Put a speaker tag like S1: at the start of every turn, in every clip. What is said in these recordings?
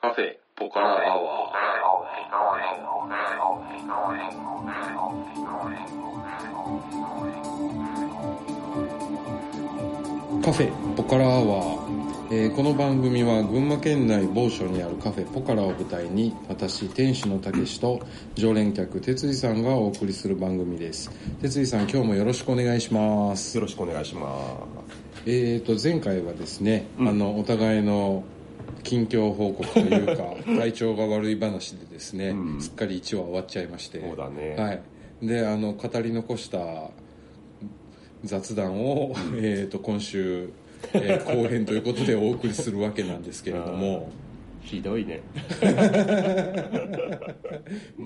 S1: フェポカラアワー
S2: カフェポカラアワー、えーこの番組は群馬県内某所にあるカフェポカラを舞台に私店主のたけしと常連客哲司さんがお送りする番組です哲司さん今日もよろしくお願いします
S3: よろしくお願いします。
S2: えー、と前回はですね、あのお互いの近況報告とい うか体調が悪い話でですね、
S3: うん
S2: すっかり1話終わっちゃいまして
S3: そうだね
S2: はい、であの語り残した雑談を、えー、と今週、えー後編ということでお送りするわけなんですけれども
S3: ひどいね。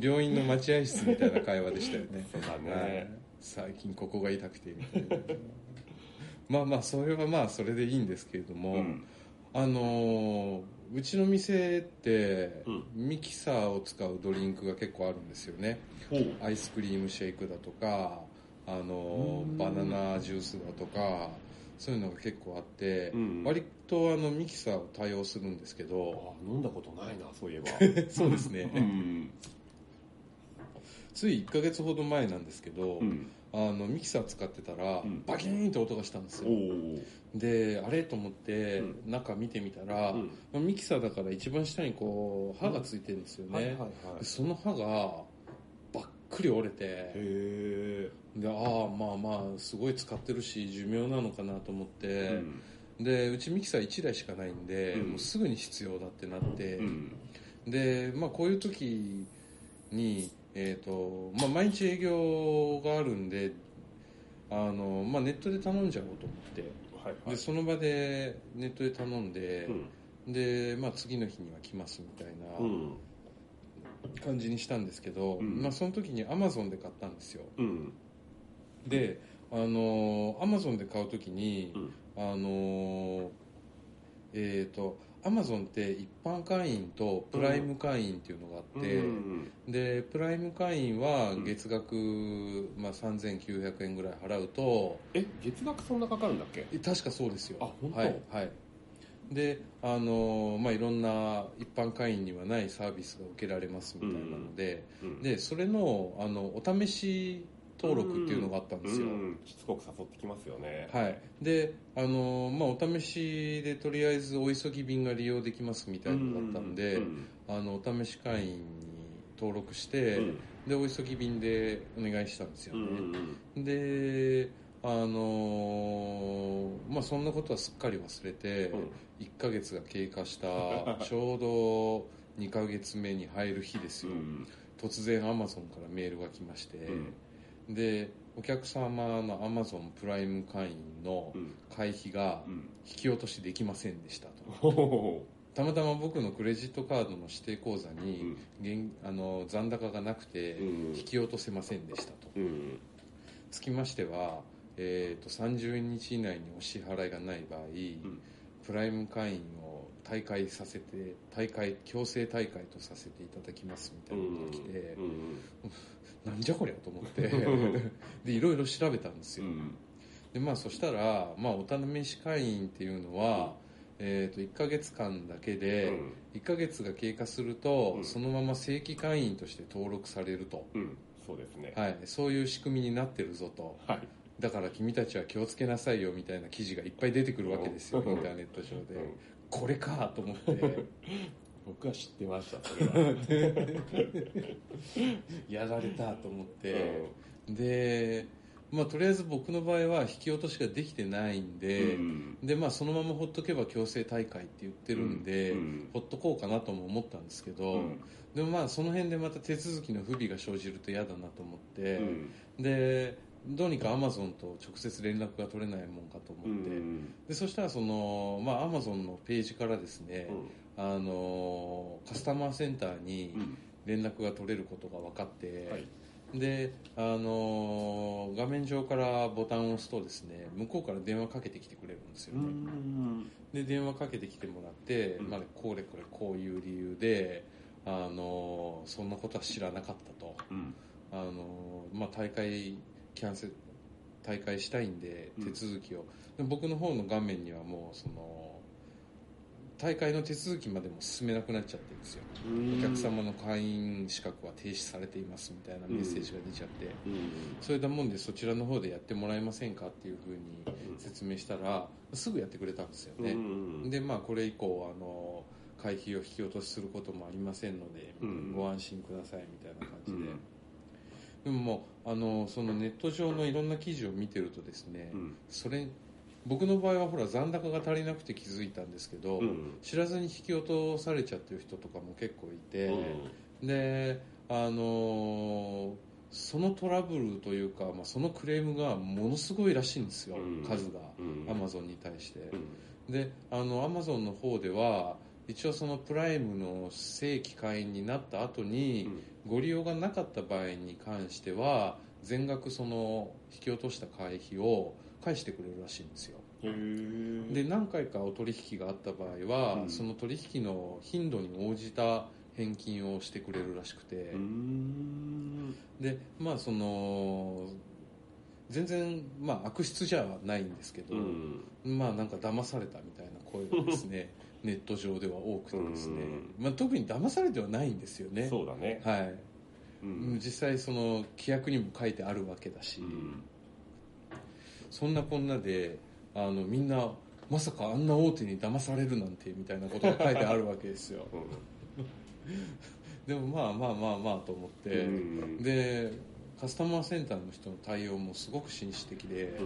S2: 病院の待合室みたいな会話でしたよね
S3: そうだね
S2: はい最近ここが痛くてみたいなまあまあそれはまあそれでいいんですけれども、
S3: うん。
S2: あのーうちの店って
S3: うん
S2: ミキサーを使うドリンクが結構あるんですよね
S3: おう。
S2: アイスクリームシェイクだとか、あの
S3: う
S2: ー
S3: ん
S2: バナナジュースだとかそういうのが結構あって、
S3: うん
S2: 割とあのミキサーを対応するんですけど
S3: あ飲んだことないな、そういえば。
S2: そうです
S3: う
S2: ね
S3: ん。
S2: つい1ヶ月ほど前なんですけど、
S3: うん。
S2: あのミキサー使ってたら
S3: うん
S2: バキーンって音がしたんです
S3: お
S2: よ
S3: う。
S2: であれと思って
S3: う
S2: 中見てみたら、
S3: うん
S2: まあミキサーだから一番下にこう刃がついてるんですよね、
S3: はいはいはい。
S2: その歯がばっくり折れ
S3: へ
S2: て
S3: え。
S2: でああまあまあすごい使ってるし寿命なのかなと思って、
S3: うん
S2: でうちミキサー1台しかないんで、
S3: うん
S2: もうすぐに必要だってなって
S3: う、ん。
S2: でまあこういう時にえっ、とまあ毎日営業があるんであのまあネットで頼んじゃおうと思って
S3: はいは
S2: で
S3: い。
S2: その場でネットで頼んで
S3: う、ん。
S2: でまあ次の日には来ますみたいな、
S3: うん。
S2: 感じにしたんですけど、
S3: うん
S2: まあ、その時にアマゾンで買ったんですよ
S3: うん。
S2: であのアマゾンで買う時に、
S3: うん
S2: あのえっ、とアマゾンって一般会員とプライム会員っていうのがあって、
S3: うん
S2: でプライム会員は
S3: うん
S2: 月額、まあ、3900円ぐらい払うと
S3: え、月額そんなかかるんだっけ
S2: え確かそうですよ
S3: あ本当
S2: はい、はい、であのまあいろんな一般会員にはないサービスが受けられますみたいなので、
S3: うん
S2: でそれのあのお試し登録っていうのがあったん
S3: う
S2: ですよ、
S3: ん。しつこく誘ってきますよね。
S2: はいであの、まあ、お試しでとりあえずお急ぎ便が利用できますみたいなのだったんで、
S3: うん
S2: あのお試し会員に登録して、
S3: うん
S2: でお急ぎ便でお願いしたんですよ
S3: う
S2: ね、
S3: ん
S2: であのまあそんなことはすっかり忘れて、
S3: うん
S2: 1ヶ月が経過した ちょうど2ヶ月目に入る日です
S3: う
S2: よ、
S3: ん
S2: 突然アマゾンからメールが来まして、
S3: うん
S2: でお客様のアマゾンプライム会員の
S3: うん
S2: 会費が
S3: うん
S2: 引き落としできませんでしたと
S3: おお
S2: たまたま僕のクレジットカードの指定口座
S3: う
S2: に
S3: ん
S2: 現あの残高がなくて
S3: うん
S2: 引き落とせませんでしたと
S3: うん
S2: つきましては、えー、と30日以内にお支払いがない場合、プライム会員を大会させて大会強制大会とさせていただきますみたいなのが来て、
S3: うん
S2: なんじゃこりゃと思って
S3: ん
S2: でいろいろ調べたんです
S3: う
S2: よ、
S3: ん
S2: でまあそしたら、まあ、お試し会員っていうのは、えー、と1ヶ月間だけ
S3: う
S2: で、
S3: ん
S2: 1ヶ月が経過すると、
S3: うん
S2: そのまま正規会員として登録されると、
S3: うんそうですね
S2: はい、そういう仕組みになってるぞと
S3: はい
S2: だから君たちは気をつけなさいよみたいな記事がいっぱい出てくるわけですよ
S3: うん
S2: インターネット上で、
S3: うん
S2: これかと思って
S3: 僕は知ってましたそれは
S2: やられたと思って、で、まあ、とりあえず僕の場合は引き落としができてないん
S3: うん
S2: で、でまあ、そのままほっとけば強制大会って言ってるんで、
S3: うん
S2: ほっとこうかなとも思ったんですけど、
S3: うん
S2: でもまあその辺でまた手続きの不備が生じると嫌だなと思っ
S3: う
S2: て、
S3: ん
S2: でどうにかアマゾンと直接連絡が取れないもんかと思って、
S3: うん
S2: でそしたらその、まあ、アマゾンのページからですね、あのカスタマーセンターに
S3: うん
S2: 連絡が取れることが分かって、
S3: はい
S2: であの画面上からボタンを押すとですね向こうから電話かけてきてくれるんですよ
S3: う
S2: ね、
S3: ん
S2: で電話かけてきてもらって、
S3: うん
S2: まあ、これこれこういう理由であのそんなことは知らなかったと
S3: うん
S2: あの、まあ、大会キャンセル大会したいんで
S3: うん
S2: 手続きを、で僕の方の画面にはもうその大会の手続きまでも進めなくなっちゃってるんですよお客様の会員資格は停止されていますみたいなメッセージが出ちゃって、
S3: うん
S2: そういったもんでそちらの方でやってもらえませんかっていうふうに説明したらすぐやってくれたんですよね、
S3: うん
S2: でまあこれ以降あの会費を引き落としすることもありませんので、
S3: うん
S2: ご安心くださいみたいな感じで、
S3: うん
S2: でももうあのそのネット上のいろんな記事を見てるとですね、
S3: うん
S2: それ僕の場合はほら残高が足りなくて気づいたんですけど、
S3: うん
S2: 知らずに引き落とされちゃってる人とかも結構いて、
S3: うん
S2: であのーそのトラブルというか、まあ、そのクレームがものすごいらしいんですよ、
S3: うん
S2: 数が、
S3: うん
S2: アマゾンに対して、
S3: うん
S2: であのアマゾンの方では一応そのプライムの正規会員になった後に、ご利用がなかった場合に関しては全額その引き落とした会費を返してくれるらしいんですよ
S3: へー
S2: で何回かお取引があった場合は、
S3: うん
S2: その取引の頻度に応じた返金をしてくれるらしくて、
S3: うーん
S2: でまあその全然、まあ、悪質じゃないんですけど、
S3: うん
S2: まあなんか騙されたみたいな声がで すねネット上では多くてですね
S3: うん、
S2: まあ、特に騙されてはないんですよね
S3: そうだね
S2: はい、
S3: うん
S2: 実際その規約にも書いてあるわけだし、
S3: うん
S2: そんなこんなであのみんなまさかあんな大手に騙されるなんてみたいなことが書いてあるわけです よでもまあまあまあまあと思って、
S3: うん
S2: でカスタマーセンターの人の対応もすごく紳士的で、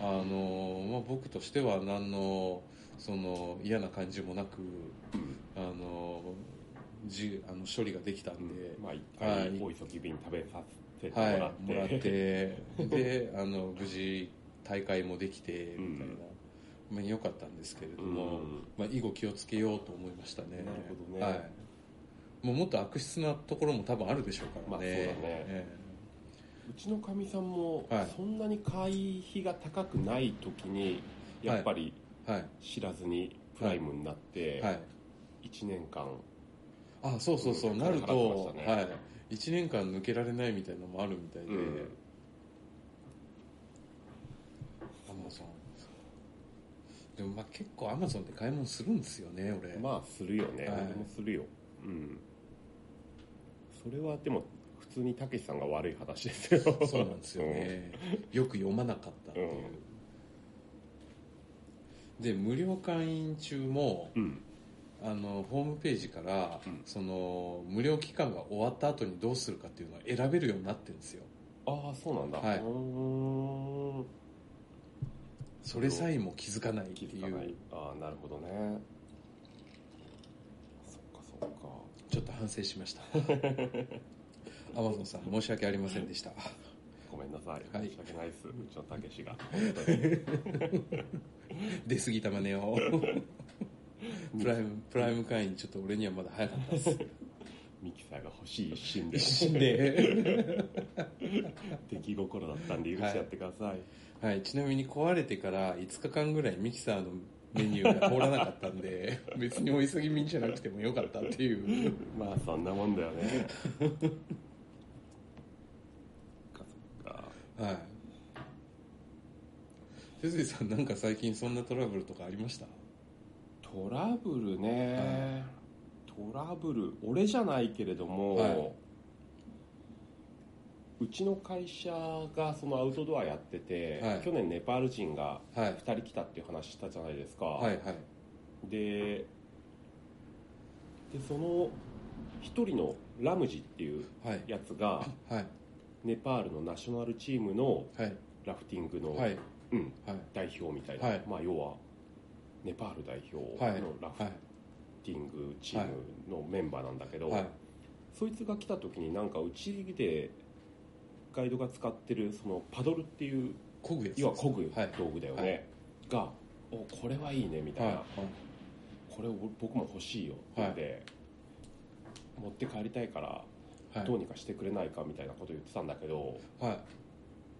S3: うん
S2: あのまあ、僕としては何のその嫌な感じもなくあのじあの処理ができたんで、
S3: まあ一
S2: は
S3: 回
S2: い
S3: 大急ぎ便食べさせてもら
S2: は
S3: っ
S2: い、もらっててであの無事大会もできてみたいな、まあ、良かったんですけれども、
S3: うん
S2: まあ、以後気をつけようと思いましたね
S3: なるほどね
S2: はい、もうもっと悪質なところも多分あるでしょうからね、
S3: まあそうだね
S2: え
S3: うちのかみさんも
S2: はい
S3: そんなに会費が高くない時にやっぱり
S2: えはい
S3: 知らずにプライムになって
S2: はい
S3: 1年間
S2: あそうそうそう、
S3: うん
S2: なる
S3: 払
S2: と、
S3: ってましたね
S2: はい、1年間抜けられないみたいなのもあるみたいで、
S3: うん
S2: アマゾンでもまあ結構アマゾンで買い物するんですよね俺、
S3: まあするよね、
S2: はい
S3: 俺もするようんそれはでも普通にたけしさんが悪い話ですよ
S2: そうなんですよ ね、よく読まなかったっていう、で無料会員中も
S3: うん、うん
S2: あのホームページから、
S3: うん
S2: その無料期間が終わった後にどうするかっていうのを選べるようになってるんですよ
S3: ああそうなんだ、
S2: はいう
S3: ーん
S2: それさえも気づかないって
S3: 気
S2: い
S3: づかないうああなるほどねそっかそっか
S2: ちょっと反省しました アマゾンさん申し訳ありませんでした
S3: ごめんなさい、
S2: はい
S3: 申し訳ないですうちのたけしが本当に
S2: 出過ぎた真似を プライムプライム会員ちょっと俺にはまだ早かったです
S3: ミキサーが欲しい一心 で
S2: 一瞬で、
S3: 出来心だったんで許してやってください、
S2: はい、ちなみに壊れてから5日間ぐらいミキサーのメニューが通らなかったんで 別にお急ぎ便じゃなくてもよかったっていう
S3: まあそんなもんだよねそっかそっか
S2: はい哲井さんなんか最近そんなトラブルとかありました
S3: トラブルね、トラブル俺じゃないけれども、
S2: は
S3: うちの会社がそのアウトドアやってて、
S2: はい
S3: 去年ネパール人が
S2: はい
S3: 2人来たっていう話したじゃないですか、
S2: はいはい
S3: ででその1人のラムジっていう
S2: はい
S3: やつ が
S2: はい
S3: ネパールのナショナルチームの
S2: はい
S3: ラフティングの、
S2: はい
S3: うん、
S2: はい
S3: 代表みたいな、
S2: はい
S3: まあ、要はネパール代表
S2: はい
S3: のラフ
S2: はい
S3: ティングチームのメンバーなんだけど、
S2: はい
S3: そいつが来た時になんかうちでガイドが使ってるそのパドルっていう
S2: こぐやつです
S3: 要は漕ぐ
S2: はい
S3: 道具だよね、
S2: はい
S3: がおこれはいいねみたいな、
S2: は
S3: これを僕も欲しいよって言って、持って帰りたいから
S2: いはい
S3: どうにかしてくれないかみたいなこと言ってたんだけど
S2: は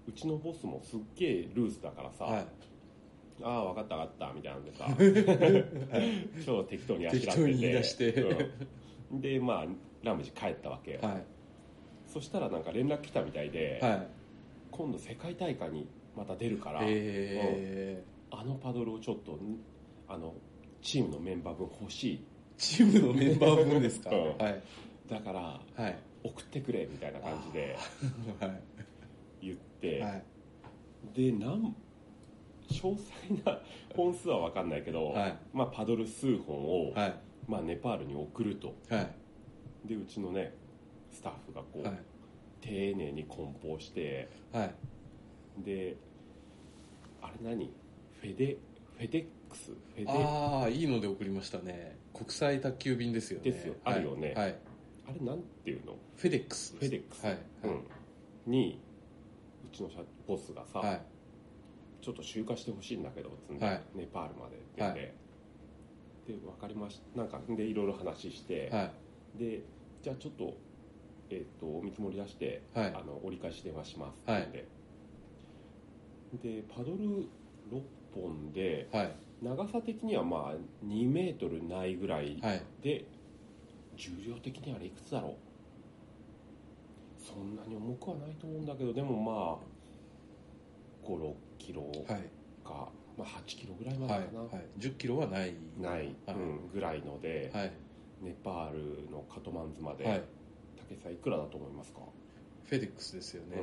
S3: うちのボスもすっげえルーズだからさ、
S2: いはい
S3: ああ分かった分かったみたいなんでさ 超適当にあし
S2: 適
S3: らって
S2: 当
S3: て
S2: に言い出して
S3: うんでまあラムジ帰ったわけよ、
S2: は
S3: そしたらなんか連絡来たみたいで、
S2: いはい
S3: 今度世界大会にまた出るから、
S2: え
S3: あのパドルをちょっとあのチームのメンバー分欲しい
S2: チームのメンバー分ですか、
S3: うん
S2: はい
S3: だから
S2: はい
S3: 送ってくれみたいな感じで
S2: は
S3: 言っ
S2: い
S3: て、
S2: はい
S3: でなん詳細な本数は分かんないけど、
S2: はい
S3: まあ、パドル数本を、
S2: はい
S3: まあ、ネパールに送ると
S2: はい
S3: でうちのねスタッフがこう、
S2: はい
S3: 丁寧に梱包して
S2: はい
S3: であれ何フェデフェデックスフェデあ
S2: ああいいので送りましたね国際宅急便ですよね
S3: ですよ
S2: はい
S3: あるよね
S2: はい
S3: れなんていうの
S2: フェデックス
S3: フェデックス、
S2: はいはい
S3: うん、にうちの社ボスがさ、
S2: はい
S3: ちょっと集荷してほしいんだけどつんで、
S2: はい
S3: ネパールまでって言って、で分かりましたなんかでいろいろ話して、
S2: はい
S3: でじゃあちょっと,、えー、とお見積もり出して、
S2: はい
S3: あの折り返し電話しますって言って、でパドル6本で
S2: はい
S3: 長さ的にはまあ2メートルないぐらい
S2: はい
S3: で重量的にあれいくつだろうそんなに重くはないと思うんだけどでもまあ56キロ
S2: はい
S3: か、まあ、8キロぐらいまで
S2: は
S3: か
S2: い
S3: な、
S2: はい10キロはない
S3: ない、
S2: はい
S3: うん、ぐらいので、
S2: はい
S3: ネパールのカトマンズまで、
S2: はい
S3: 武井さんいくらだと思いますか、
S2: フェデックスですよね
S3: うん、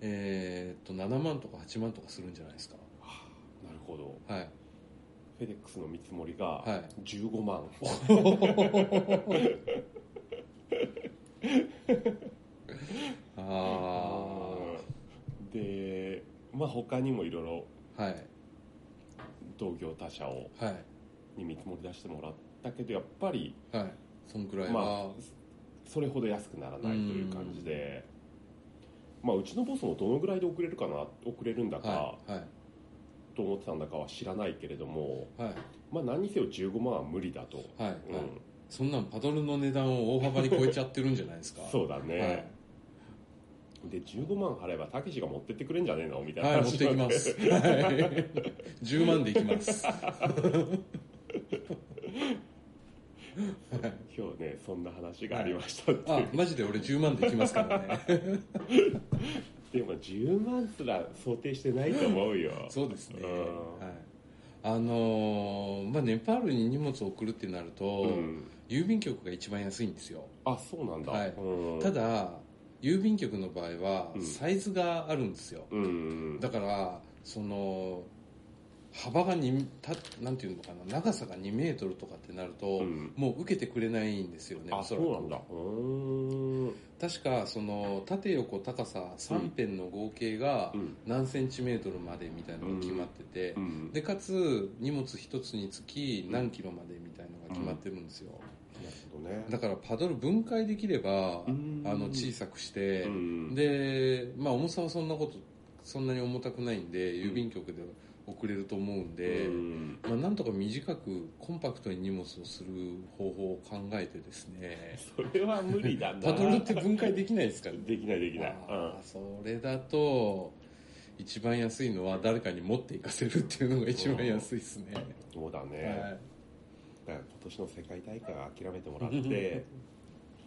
S2: えーっと7万とか8万とかするんじゃないですか
S3: はあなるほど
S2: はい
S3: フェデックスの見積もりが
S2: はい
S3: 15万、
S2: あ
S3: うんでまあ他にもいろいろ
S2: あはい
S3: 同業他社を
S2: はい
S3: に見積もり出してもらったけどやっぱり
S2: はいそんくらい
S3: まあ
S2: は
S3: それほど安くならないという感じで、まあ、うちのボスもどのぐらいで遅れるかな遅れるんだか、
S2: はいはい
S3: と思ってたんだかは知らないけれども、
S2: はい
S3: まあ、何にせよ15万は無理だと、
S2: はい、
S3: うん
S2: はい、そんなんパドルの値段を大幅に超えちゃってるんじゃないですか
S3: そうだね、で15万払えばたけしが持ってってくれんじゃねえのみたいな
S2: はい、持っ
S3: 話
S2: てき
S3: にな
S2: ま
S3: って
S2: す。はい。10万でいきます。
S3: 今日ねそんな話がありましたっていう、
S2: あ、マジで俺10万でいきますから ね。
S3: でも10万すら想定してないと思うよ
S2: そうですね。
S3: う
S2: は
S3: ん。
S2: いあのーまあ、ネパールに荷物を送るってなると、
S3: うん
S2: 郵便局が一番安いんですよ。
S3: あそうなんだ、
S2: はい
S3: うん
S2: ただ、郵便局の場合は
S3: う、ん
S2: サイズがあるんですよ。
S3: うん
S2: だから、その、幅が2、たなんていうのかな、長さが2メートルとかってなると、
S3: うん
S2: もう受けてくれないんですよね、
S3: あ
S2: お
S3: そ
S2: そらく
S3: うなんだうーん
S2: 確かその縦横高さ3辺の合計が
S3: うん
S2: 何センチメートルまでみたいなのが決まってて、
S3: うん
S2: でかつ荷物1つにつき何キロまでみたいなのが決まってるんですよ、
S3: なるほどね
S2: だからパドル分解できれば、
S3: うん
S2: あの小さくして、
S3: うん
S2: で、まあ、重さはそんなことそんなに重たくないんで郵便局で送れると思うんで、
S3: うん
S2: まあ、なんとか短くコンパクトに荷物をする方法を考えてですね
S3: それは無理だな
S2: パドルって分解できないですから
S3: できないできない、う
S2: あーそれだと一番安いのは誰かに持っていかせるっていうのが一番安いですね、
S3: ん、そうだね、
S2: はい
S3: だから今年の世界大会は諦めてもらって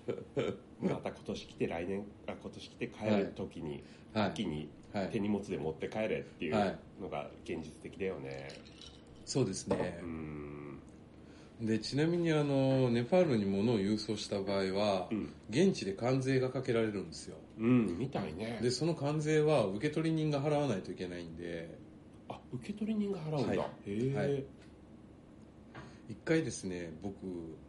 S3: また今年来て来年あ今年来て帰る時に、
S2: は
S3: 一気
S2: い、
S3: に
S2: は
S3: 手
S2: い、
S3: 荷物で持って帰れっていう
S2: はい
S3: のが現実的だよね、
S2: そうですね
S3: う、ん
S2: でちなみにあのネパールに物を郵送した場合は
S3: うん、
S2: 現地で関税がかけられるんですよ
S3: うん、みたいね
S2: でその関税は受取人が払わないといけないんで
S3: あ受取人が払うんだ、
S2: はい
S3: へえ、
S2: はい一回ですね僕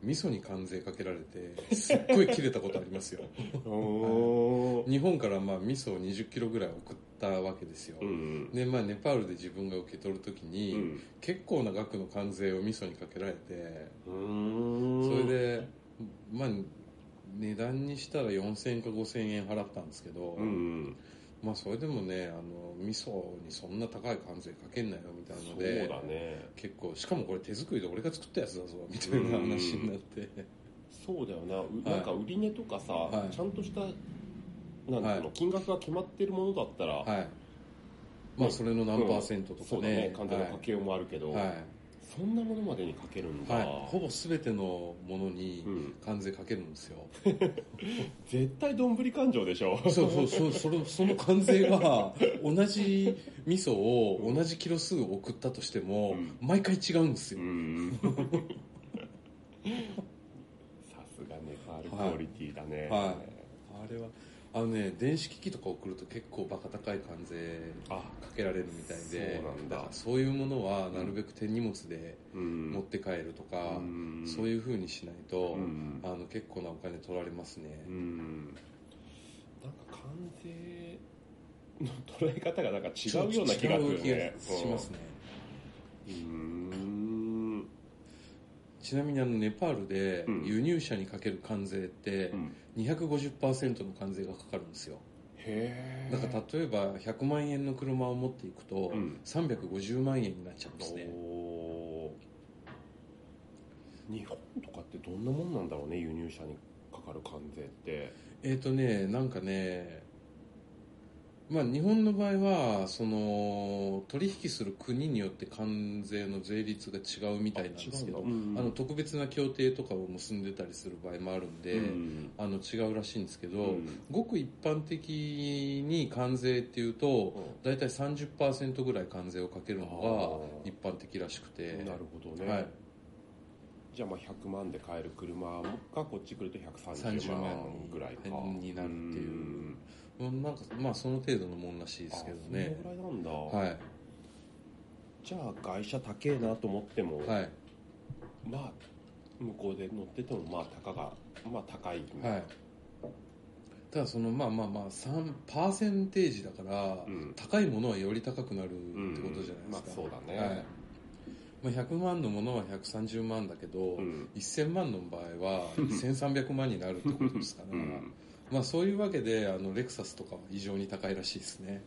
S2: 味噌に関税かけられてすっごい切れたことありますよ
S3: おー
S2: 日本からまあ味噌を2 0キロぐらい送ったわけですよ、
S3: うん
S2: でまあ、ネパールで自分が受け取るときに、
S3: うん
S2: 結構な額の関税を味噌にかけられて、
S3: うん
S2: それで、まあ、値段にしたら4000円か5000円払ったんですけど、
S3: うん
S2: まあ、それでもねあの味噌にそんな高い関税かけんなよみたいな
S3: そ
S2: の
S3: う
S2: で
S3: だね
S2: 結構しかもこれ手作りで俺が作ったやつだぞみたいな話になって、
S3: そうだよな、う
S2: はい
S3: なんか売り値とかさ、
S2: はい
S3: ちゃんとしたなんていうの、
S2: は
S3: 金額が決まってるものだったら、
S2: はいまあ、それの何パーセントと
S3: そう
S2: か
S3: だ
S2: ね
S3: ね、完全の家計もあるけど、
S2: はいはい
S3: そんなものまでにかけるんだ、
S2: はい、ほぼ全てのものに
S3: うん、
S2: 関税かけるんですよ、
S3: 絶対どんぶり勘定でしょ
S2: そうそうそうそれその関税が 同じ味噌を同じキロ数送ったとしても、
S3: うん
S2: 毎回違うんです
S3: う
S2: よ、
S3: んさすがネパールクオリティだね、
S2: はいはいあれはあのね電子機器とか送ると結構バカ高い関税
S3: あ
S2: かけられるみたい
S3: そ
S2: で
S3: うなんだ
S2: からそういうものはなるべく手荷物で
S3: うん
S2: 持って帰るとか、
S3: うん
S2: そういうふうにしないと、
S3: うん
S2: あの結構なお金取られますね
S3: う、んなんか関税の捉え方がなんか違うような気がするね
S2: 違う気がしますね、
S3: うん
S2: ちなみにあのネパールで
S3: うん
S2: 輸入車にかける関税って
S3: うん
S2: 250%の関税がかかるんですよ
S3: へえ
S2: だから例えば100万円の車を持っていくと
S3: うん
S2: 350万円になっちゃうんですね、
S3: おー日本とかってどんなもんなんだろうね輸入車にかかる関税って
S2: えっ、とねなんかねまあ日本の場合はその取引する国によって関税の税率が違うみたいなんですけど
S3: あ違うんだ
S2: あの特別な協定とかを結んでたりする場合もあるんで、
S3: うん
S2: あの違うらしいんですけど、
S3: うん
S2: ごく一般的に関税っていうと、大体30%ぐらい関税をかけるの
S3: あー
S2: が一般的らしくて、
S3: なるほどね、
S2: はい
S3: じゃあまあ100万で買える車がこっち来ると130
S2: 30
S3: 万ぐらいか
S2: 万になるっていうんうんなんかまあその程度のもんらしいですけどね
S3: あそのぐらいなんだ、
S2: はい
S3: じゃあ外車高えなと思っても、
S2: はい
S3: まあ向こうで乗っててもまあ高がまあ高い、
S2: はいただそのまあまあまあ3パーセンテージだから、
S3: うん
S2: 高いものはより高くなる
S3: うん
S2: ってことじゃないですか、
S3: まあ、そうだね、
S2: はいまあ、100万のものは130万だけど、
S3: うん
S2: 1000万の場合は1300万になるってことですから、
S3: うん
S2: まあそういうわけであのレクサスとかは異常に高いらしいですね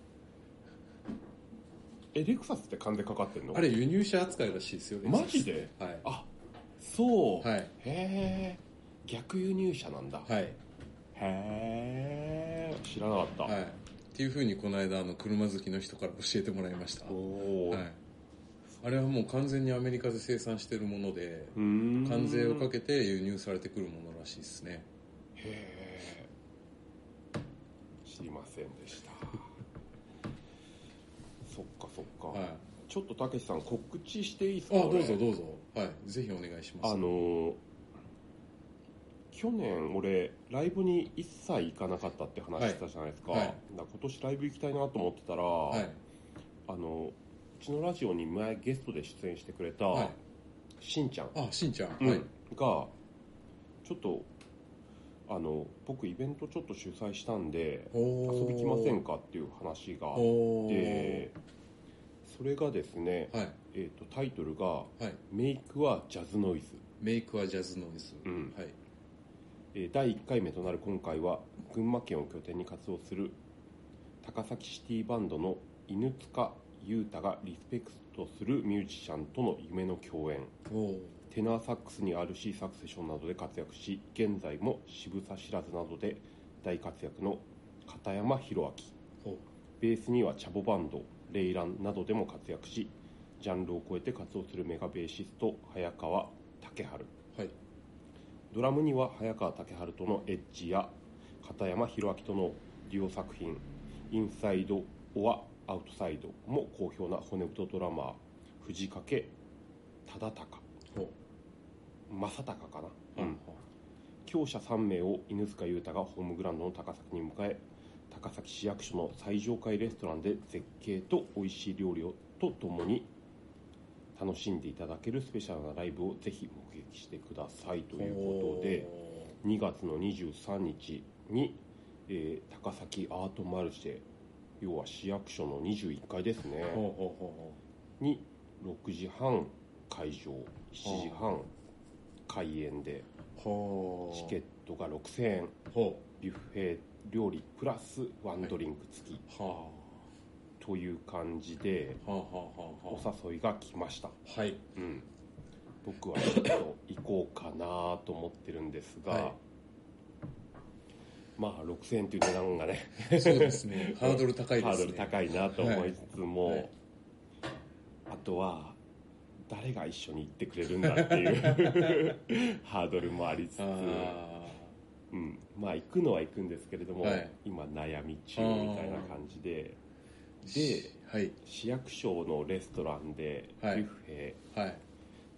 S3: えレクサスって関税かかってんの
S2: あれ輸入車扱いらしいですよレクサス
S3: マジで
S2: はい
S3: あそう、
S2: はい
S3: へえ逆輸入車なんだ、
S2: はい
S3: へえ知らなかった、
S2: はいっていうふうにこの間あの車好きの人から教えてもらいました、
S3: おお、
S2: はい、あれはもう完全にアメリカで生産しているもので
S3: うーん
S2: 関税をかけて輸入されてくるものらしいですね
S3: へえ知りませんで したそっかそっか、
S2: はい
S3: ちょっとたけしさん告知していいです
S2: あ
S3: か
S2: ど
S3: 俺
S2: うぞどうぞはいぜひお願いしま
S3: あ
S2: す
S3: の去年俺ライブに一切行かなかったって話してたじゃないですか,、
S2: はいはい
S3: だから今年ライブ行きたいなと思ってたら、
S2: はい
S3: あのうちのラジオに前ゲストで出演してくれた、
S2: はい
S3: しんちゃん
S2: あしんちゃん、
S3: うん
S2: はい
S3: がちょっとあの僕イベントちょっと主催したんで遊
S2: 遊
S3: び来ませんかっていう話があっ
S2: おー
S3: てそれがですね、
S2: はい
S3: えー、とタイトルが
S2: はい
S3: 「メイクはジャズノイズ
S2: メイクはジャズノイズ、
S3: うん
S2: はい」
S3: えー第1回目となる今回は群馬県を拠点に活動する高崎シティバンドの犬塚裕太がリスペクトするミュージシャンとの夢の共演
S2: おお
S3: テナーサックスに RC サクセションなどで活躍し現在も渋沢知らずなどで大活躍の片山弘
S2: お
S3: 明ベースにはチャボバンドレイランなどでも活躍しジャンルを超えて活動するメガベーシスト早川武春
S2: はい
S3: ドラムには早川武春とのエッジや片山弘明とのデュオ作品「インサイド・オア・アウトサイド」も好評な骨太ドラマー藤掛忠敬
S2: お
S3: 正隆かな、
S2: うん
S3: 強者3名を犬塚裕太がホームグラウンドの高崎に迎え高崎市役所の最上階レストランで絶景と美味しい料理をとともに楽しんでいただけるスペシャルなライブをぜひ目撃してくださいということで2月の23日に、えー高崎アートマルシェ要は市役所の21階ですね
S2: ほうほうほ
S3: に6時半会場7時半開演で
S2: うほうほう
S3: チケットが6000円
S2: ほ
S3: ビュッフェ料理プラスワンドリンク付き
S2: うは
S3: という感じで
S2: あはあはあ
S3: お
S2: は
S3: 誘いが来ました、
S2: あはい
S3: うん、僕はちょっと行こうかなと思ってるんですが、
S2: はい
S3: まあ6000円という値段がね
S2: そうですねハードル高いですね
S3: ハードル高いなと思いつつも、
S2: はいはい
S3: あとは誰が一緒に行ってくれるんだっていう ハードルもありつつ、
S2: あ
S3: うん、まあ行くのは行くんですけれども、
S2: はい
S3: 今悩み中みたいな感じで
S2: ー
S3: で
S2: はい
S3: 市役所のレストランでビ
S2: はい
S3: ュッフェ
S2: はい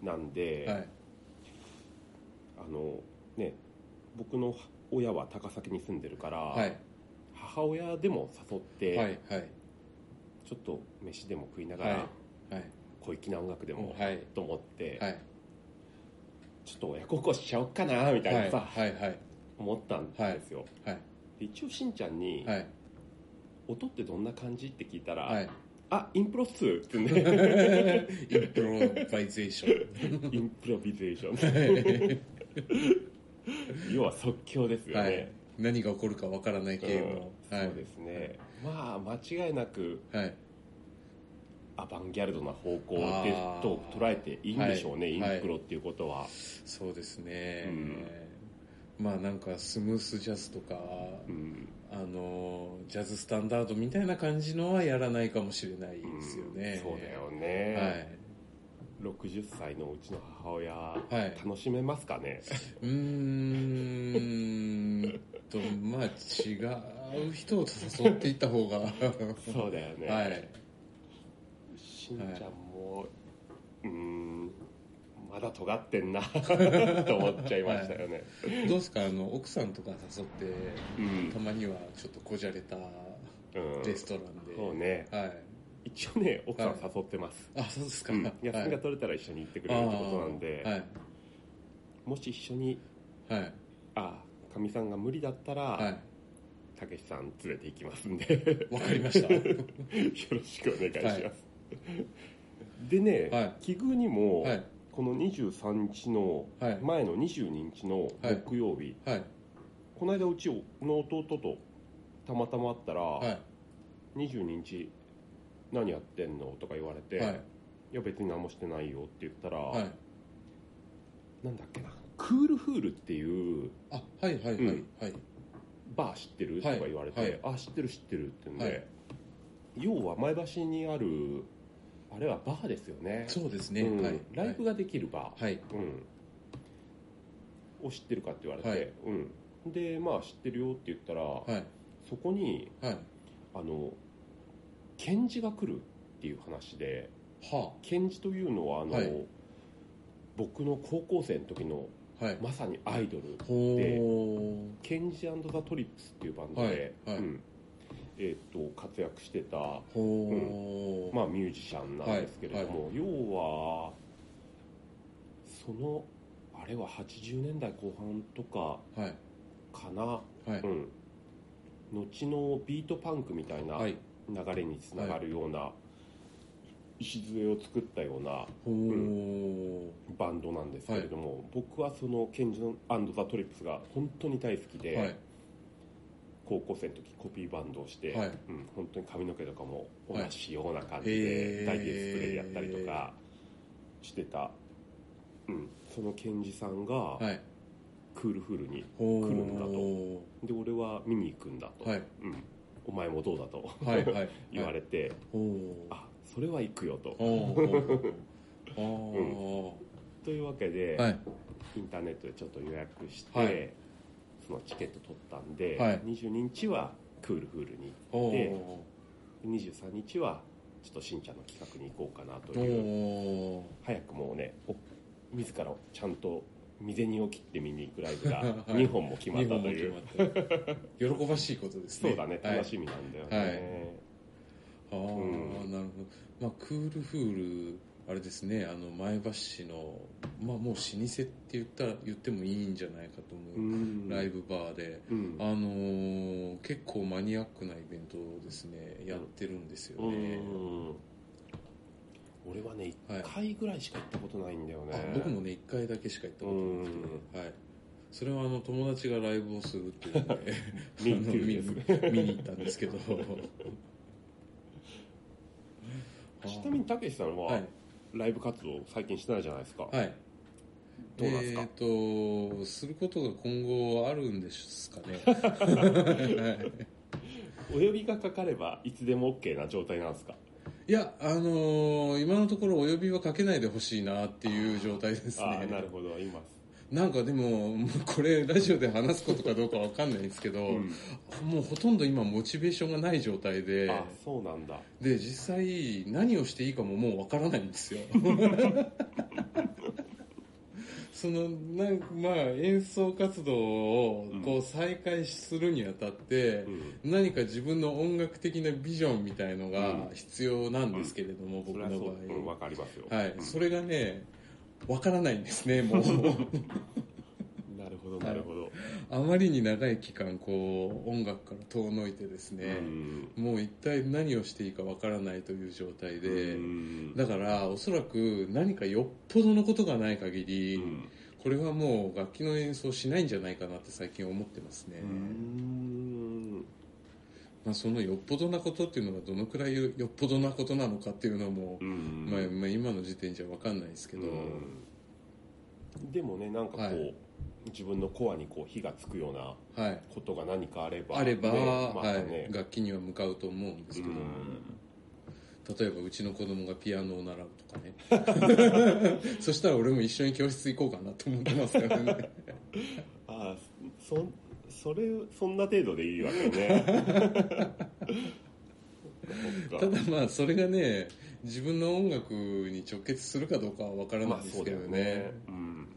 S3: なんで、
S2: はい
S3: あのね僕の親は高崎に住んでるから、
S2: はい
S3: 母親でも誘って、
S2: はいはい
S3: ちょっと飯でも食いながら、
S2: はいはい
S3: 小粋な音楽でも、
S2: はい
S3: と思って、
S2: はい
S3: ちょっと親孝行しちゃおっかなみたいなさ、
S2: はいはい
S3: 思ったんですよ、
S2: はい
S3: で一応しんちゃんに、
S2: はい
S3: 音ってどんな感じ?」って聞いたら「
S2: はい
S3: あインプロっす」ってね
S2: インプロバイゼーション
S3: インプロビゼーショ ン要は即興ですよね、
S2: はい何が起こるかわからない系の
S3: うん
S2: はい
S3: そうですね、まあ間違いなく
S2: はい
S3: アバンギャルドな方向
S2: あ
S3: で
S2: ー
S3: と捉えていいんでしょうね、
S2: はい
S3: インプロっていうことは、
S2: そうですねまあなんかスムースジャズとか
S3: うん
S2: あのジャズスタンダードみたいな感じのはやらないかもしれないですよね
S3: うんそうだよ
S2: は
S3: ね、
S2: い
S3: 60歳のうちの母親、
S2: い
S3: 楽しめますか ね
S2: うーんと、まあ、違う人を誘っていった方が。は
S3: そうだよね、
S2: い。
S3: しんちゃんも、うーんまだ尖って んなと思っちゃいましたよね、
S2: どうですかあの、奥さんとか誘って、
S3: うん
S2: たまにはちょっとこじゃれた
S3: うん
S2: レストランで。
S3: そうね
S2: はい。
S3: 一応ね奥さん
S2: はい
S3: 誘ってます、
S2: あ、そうですか。
S3: うん
S2: はい
S3: 休みが取れたら一緒に行ってくれるってことなんで、
S2: はい。
S3: もし一緒に
S2: はい。
S3: ああかみさんが無理だったら、
S2: は
S3: たけしさん連れて行きますんで
S2: い。わかりま した。
S3: よろしくお願いします、でね、
S2: はい
S3: 奇遇にも、
S2: はい。
S3: この23日の
S2: はい。
S3: 前の22日の
S2: はい
S3: 木曜日、
S2: はい。
S3: この間うちの弟とたまたま会ったら、
S2: は
S3: 22日何やってんのとか言われて、
S2: い。はい。
S3: いや別に何もしてないよって言ったら、
S2: はい。
S3: なんだっけなクールフールっていう
S2: あ、はいはいはい。はい。
S3: バー知ってると
S2: は
S3: か
S2: い
S3: 言われて、
S2: はい
S3: あ知ってる知ってるって言うんで、
S2: はい
S3: 要は前橋にあるあれはバーですよね
S2: そうですね。
S3: うん
S2: はい。
S3: ライブができるバー、
S2: はい。
S3: うん、を知ってるかって言われて、
S2: はい
S3: うん、でまあ知ってるよって言ったら、
S2: はい。
S3: そこに
S2: はい。
S3: あの検事が来るっていう話で
S2: は
S3: 検事というのはあの、
S2: はい
S3: 僕の高校生の時の
S2: あ。はい。
S3: まさにアイドル
S2: ほ
S3: で
S2: ー。
S3: ケンジザ・トリップスっていうバンドで、
S2: はいはい
S3: うんえー、と活躍してた、
S2: ほー、
S3: まあ、ミュージシャンなんですけれども、要はそのあれは80年代後半とか
S2: はい
S3: かな、
S2: はい
S3: うん、後のビートパンクみたいな
S2: はい
S3: 流れにつながるような礎を作ったような
S2: ほー、
S3: バンドなんですけれども、僕はそのケンジザ・トリップスが本当に大好きで。
S2: はい
S3: 高校生の時コピーバンドをして、
S2: はい
S3: うん、本当に髪の毛とかも同じような感じ
S2: はいへ
S3: で
S2: ー
S3: ダイエットスプレーやったりとかしてた、うん、そのケンジさんが
S2: はい
S3: クールフルに、
S2: ほー
S3: 来るんだで俺は見に行くんだと、
S2: はい
S3: うん、お前もどうだと
S2: はいはい
S3: 言わ
S2: れ
S3: れて、
S2: ほー
S3: あそれは行くよと。
S2: ほーほ
S3: というわけで、
S2: ーはい
S3: インターネットでちょっと予約して、
S2: はい
S3: そのチケット取ったんで、
S2: はい
S3: 22日はクールフルに
S2: ほー
S3: 23日はちょっとしんちゃんの企画に行こうかなという
S2: ほ
S3: 早くもうねお自らちゃんと身銭を切って見に行くライブが
S2: はい
S3: 2本も決
S2: ー
S3: まっ
S2: 日
S3: た
S2: 本
S3: と
S2: も決
S3: いう、
S2: まった喜ばしいことですね
S3: そうだね
S2: はい
S3: 楽しみなんだよね、
S2: はいああ、
S3: うん
S2: なるほど、まあ、クールフールあれですねあの前橋市の、まあ、もう老舗って言ったら言ってもいいんじゃないかと
S3: う
S2: 思う、
S3: ん
S2: ライブバーで
S3: うん
S2: あのー結構マニアックなイベントをですねやってるんですよ
S3: う
S2: ね、
S3: ん俺はね
S2: はい
S3: 1回ぐらいしか行ったことないんだよね、
S2: あ僕もね1回だけしか行ったことなくて、はい、それはあの友達がライブをするっ ていうので
S3: ミ
S2: あの
S3: ートゥーですね
S2: 見見に行ったんですけど あ
S3: ちなみにたけしさん
S2: は
S3: はいライブ活動最近してないじゃないですか、
S2: はい
S3: どうなんですか
S2: えーとすることが今後あるんですか ねはい
S3: お呼びがかかればいつでも OK な状態なんですか
S2: いや、あのー今のところお呼びはかけないでほしいなっていう状態です
S3: ああ
S2: ね。
S3: なるほど今、
S2: なんかでも、もうこれラジオで話すことかどうかわかんないんですけど、
S3: うん、
S2: もうほとんど今モチベーションがない状態で、
S3: あそうなんだ
S2: で、実際何をしていいかももうわからないんです よ。そのなんかまあ演奏活動をこう再開するにあたって
S3: う、ん
S2: 何か自分の音楽的なビジョンみたいのが
S3: うん
S2: 必要なんですけれども、
S3: そ
S2: 僕
S3: れは
S2: の
S3: そう
S2: 場
S3: うん
S2: 合、
S3: わかりますよ
S2: はい、
S3: うん
S2: それがねわからないんですね もう
S3: なるほどなるほど、
S2: あまりに長い期間こう音楽から遠のいてですね、
S3: うん
S2: もう一体何をしていいかわからないという状態で、
S3: うん
S2: だからおそらく何かよっぽどのことがない限り、
S3: うん
S2: これはもう楽器の演奏しないんじゃないかなって最近思ってますね、
S3: うん
S2: まあ、そのよっぽどなことっていうのがどのくらいよっぽどなことなのかっていうのも、
S3: うん
S2: まあ、まあ今の時点じゃわかんないですけど、
S3: うんでもねなんかこう、
S2: はい
S3: 自分のコアにこう火がつくような
S2: はい、
S3: ことが何かあれば
S2: あれば、
S3: ねまた
S2: は
S3: ね
S2: い、楽器には向かうと思うんですけど、例えばうちの子供がピアノを習うとかね そしたら俺も一緒に教室行こうかなと思ってますからね
S3: ああそそれそんな程度でいいわけ ねそったか
S2: だまあそれがね自分の音楽に直結するかどうかは分からな
S3: ま
S2: い
S3: あ
S2: で
S3: そ
S2: す
S3: う
S2: け
S3: だ
S2: ど
S3: よ
S2: ね
S3: ね、うん、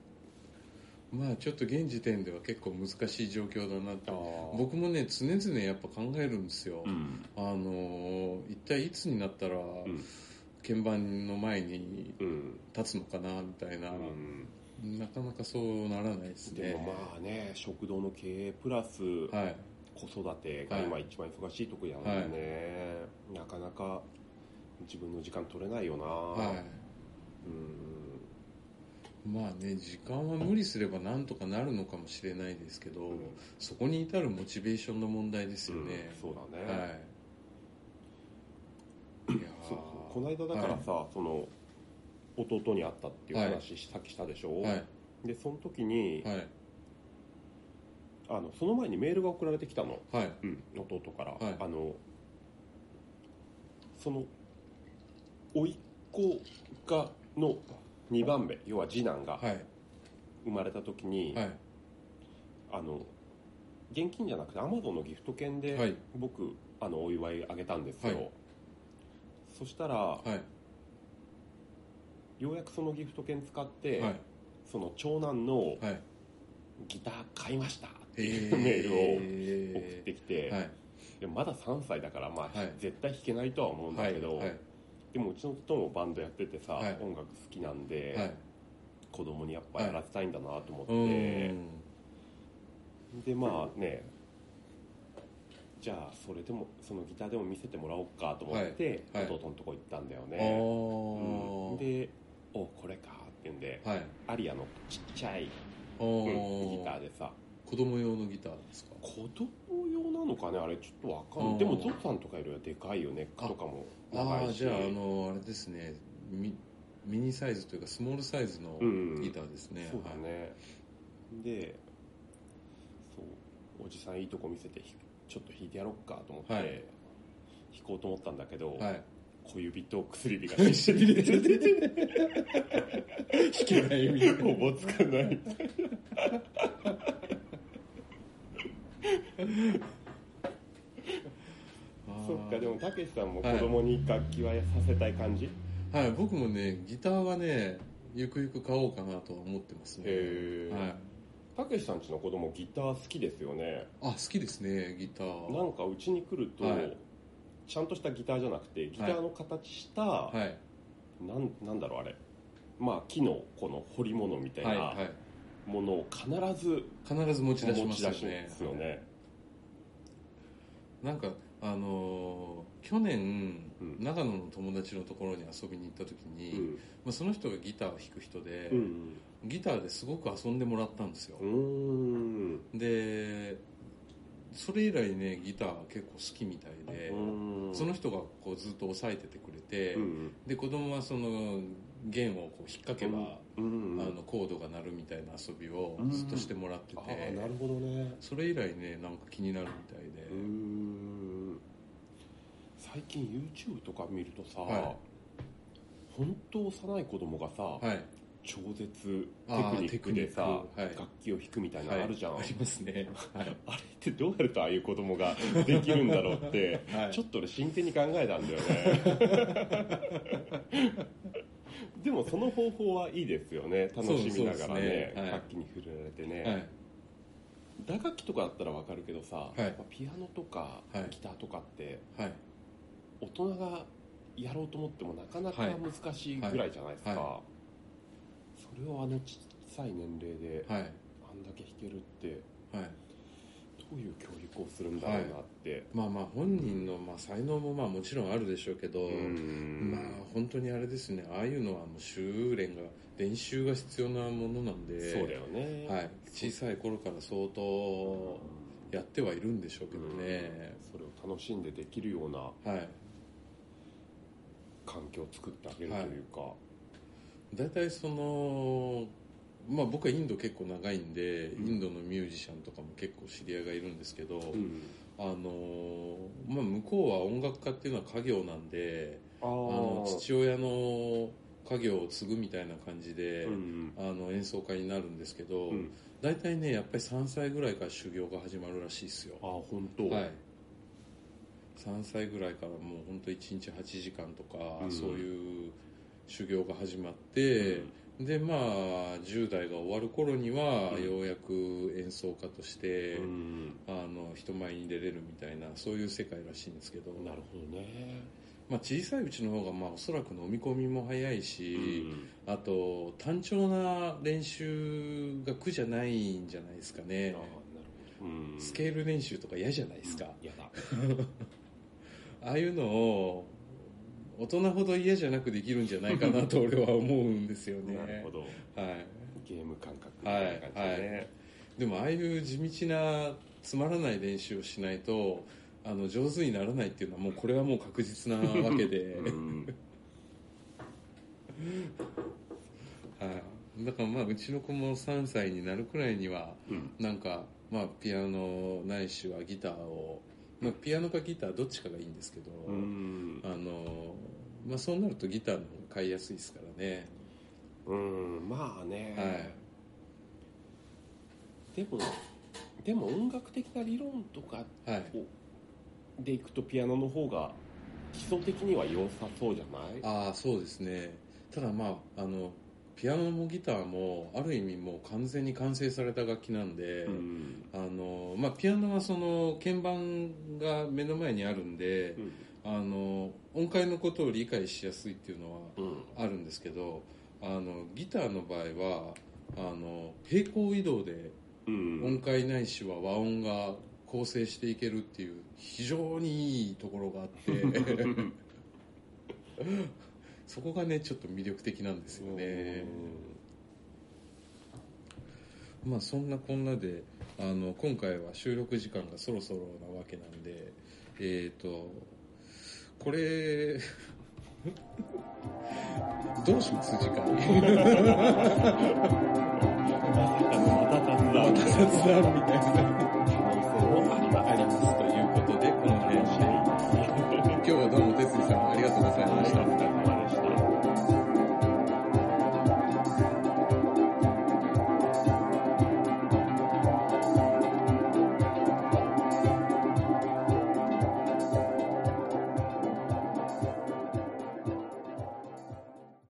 S2: まあちょっと現時点では結構難しい状況だな
S3: あ
S2: と僕もね常々やっぱ考えるんですよ、
S3: うん
S2: あのー一体いつになったら、
S3: ん
S2: 鍵盤の前に
S3: うん
S2: 立つのかなみたいな、
S3: うん
S2: なかなかそうならないです
S3: で
S2: ね
S3: もまあね食堂の経営プラス
S2: はい
S3: 子育てが今一番忙しいとこやもんね、なかなか自分の時間取れないよな、
S2: は
S3: うん
S2: いまあね時間は無理すればなんとかなるのかもしれないですけど、そこに至るモチベーションの問題ですよね
S3: うん、、そうだね、
S2: はいいやー
S3: そうこの間だからさ、その弟に会ったっていう話、さっきしたでしょ、
S2: はい
S3: でその時に、
S2: はい
S3: あのその前にメールが送られてきたの、
S2: はい
S3: 弟から、
S2: はい
S3: あのその甥っ子がの2番目要は次男が
S2: はい
S3: 生まれた時に、
S2: はい
S3: あの現金じゃなくてアマゾンのギフト券で、
S2: はい
S3: 僕あのお祝いあげたんですよ、
S2: はい
S3: そしたら、
S2: はい
S3: ようやくそのギフト券使って、
S2: はい
S3: その長男の
S2: はい
S3: ギター買いましたってい
S2: え
S3: うメールを送っ
S2: え
S3: てきて、
S2: はい
S3: でもまだ3歳だから、まあ
S2: はい
S3: 絶対弾けないとは思うんだけど、
S2: はい
S3: でもうちの弟もバンドやっててさ、
S2: はい
S3: 音楽好きなんで、
S2: はい
S3: 子供にやっぱやらせたいんだなと思って、
S2: うん
S3: でまあねじゃあそれでもそのギターでも見せてもらおうかと思って、
S2: はいはい
S3: 弟のとこ行ったんだよ
S2: あ
S3: ね、うん
S2: ー
S3: で「おこれか」って言うんで
S2: はい
S3: アリアのちっちゃい、
S2: あ
S3: うん
S2: ー
S3: ギターでさ
S2: 子供用のギターですか
S3: 子供用なのかねあれちょっとわかん
S2: う
S3: なんいでもゾウさんとかよりはでかいよね
S2: あ
S3: とかも
S2: あ
S3: 長
S2: あ
S3: いし
S2: じゃああのあれですねミミニサイズというかスモールサイズの
S3: うん
S2: ギターですね、
S3: そうだ
S2: はい
S3: ねでそうおじさんいいとこ見せてひちょっと弾いてやろうかと思って、
S2: はい
S3: 弾こうと思ったんだけど、
S2: はい
S3: 小指と薬指が一緒に出てて
S2: 弾けないみたいな
S3: おぼつかないそっかでもたけしさんも子供に楽器はさせたい感じ、
S2: はい僕もねギターはねゆくゆく買おうかなとは思ってますね
S3: へー
S2: はい、
S3: たけしさんちの子供ギター好きですよね
S2: あ好きですねギター
S3: なんかうちに来ると、
S2: はい
S3: ちゃんとしたギターじゃなくてギターの形した、
S2: はい
S3: なんなんだろうあれまあ木のこの彫り物みたい
S2: はい
S3: な
S2: はい
S3: ものを必ず
S2: 必ず持ち出し
S3: 持
S2: ま
S3: ち
S2: すよ
S3: 出し
S2: ね
S3: ますよね
S2: なんかあのー去
S3: う
S2: 年、
S3: ん
S2: 長野の友達のところに遊びに行った時に、
S3: うん
S2: まあ、その人がギターを弾く人で、
S3: うん
S2: ギターですごく遊んでもらったんですよ
S3: う、ん
S2: でそれ以来ねギター結構好きみたいで、
S3: うん
S2: その人がこうずっと押さえててくれて、
S3: うん
S2: で子供はその弦をこう引っ掛けば、
S3: うん
S2: あのコードが鳴るみたいな遊びをずっとしてもらって
S3: あ
S2: て、
S3: あなるほどね
S2: それ以来ねなんか気になるみたいで、
S3: うんさ最近 YouTube とか見るとさ、
S2: はい
S3: 本当幼い子供がさ、
S2: はい
S3: 超絶テ
S2: あー
S3: クニックでさ、
S2: テクニックはい
S3: 楽器を弾くみたいなのあるじゃん、
S2: はいありますねはい
S3: あれってどうやるとああいう子供ができるんだろう って、
S2: はい
S3: ちょっと俺真剣に考えたんだよね でもその方法はいいですよね楽しみながらね
S2: そうそうですねはい
S3: 楽器に触れられてね、
S2: はい
S3: 打楽器とかだったらわかるけどさ、
S2: い
S3: やっぱピアノとか
S2: はい
S3: ギターとかって
S2: はい
S3: 大人がやろうと思ってもなかなか
S2: はい
S3: 難しいぐらいじゃないですか、
S2: はい
S3: それをあの小さい年齢で
S2: はい
S3: あんだけ弾けるって
S2: はい
S3: どういう教育をするんだろうなって、
S2: まあまあ本人のまあ才能もまあもちろんあるでしょうけど、
S3: うん
S2: まあ本当にあれですねああいうのはもう修練が練習が必要なものなんで
S3: そうだよね、
S2: はい、小さい頃から相当やってはいるんでしょうけどね、
S3: それを楽しんでできるような
S2: はい
S3: 環境を作ってあげるというか、
S2: 大体そのまあ僕はインド結構長いんで、
S3: うん
S2: インドのミュージシャンとかも結構知り合いがいるんですけど、
S3: うん
S2: あのまあ向こうは音楽家っていうのは家業なんで
S3: ああ
S2: あの父親の家業を継ぐみたいな感じで、
S3: うん
S2: あの演奏家になるんですけど、
S3: うん
S2: 大体ねやっぱり3歳ぐらいから修行が始まるらしいですよ
S3: ああ本当、
S2: はい、3歳ぐらいからもうほんと1日8時間とか、
S3: うん
S2: そういう修行が始まって、でまあ10代が終わる頃には、
S3: うん
S2: ようやく演奏家として、
S3: うん
S2: あの人前に出れるみたいなそういう世界らしいんですけど、
S3: なるほどね、
S2: まあ、小さいうちの方がまあおそらく飲み込みも早いし、
S3: うん
S2: あと単調な練習が苦じゃないんじゃないですか
S3: ああ
S2: ね
S3: なるほど、うん、
S2: スケール練習とか嫌じゃないですか、
S3: やだ
S2: ああいうのを大人ほど嫌じゃなくできるんじゃないかなと俺は思うんですよ ね。
S3: なるほど
S2: はい、
S3: ゲーム感覚みたいな感じでね、
S2: でもああいう地道なつまらない練習をしないとあの上手にならないっていうのはもうこれはもう確実なわけ で、
S3: うん
S2: はい、だからまあうちの子も3歳になるくらいには
S3: うん
S2: なんか、まあ、ピアノないしはギターを、まあ、ピアノかギターどっちかがいいんですけど、
S3: うん
S2: あのまあ、そうなるとギターの方が買いやすいですからね。
S3: うんまあね、
S2: はい
S3: でもでも音楽的な理論とか
S2: はい。
S3: でいくとピアノの方が基礎的には良さそうじゃない
S2: ああ、そうですね。ただまあ、あの、ピアノもギターも、ある意味もう完全に完成された楽器なんで、
S3: うん
S2: あの、まあ、ピアノはその、鍵盤が目の前にあるんで
S3: う、ん
S2: あの、音階のことを理解しやすいっていうのは
S3: うん
S2: あるんですけど、あの、ギターの場合は、あの、平行移動で
S3: うん
S2: 音階ないしは和音が構成していけるっていう非常にいいところがあってそこがねちょっと魅力的なんですよねまあそんなこんなであの今回は収録時間がそろそろなわけなんでえっ、とこれ どうします次 回
S3: また雑談
S2: また雑談みたいな
S3: 可能性もありま
S2: ありますということでこの辺で
S3: す
S2: 今日はどうも哲司さんありがとうございました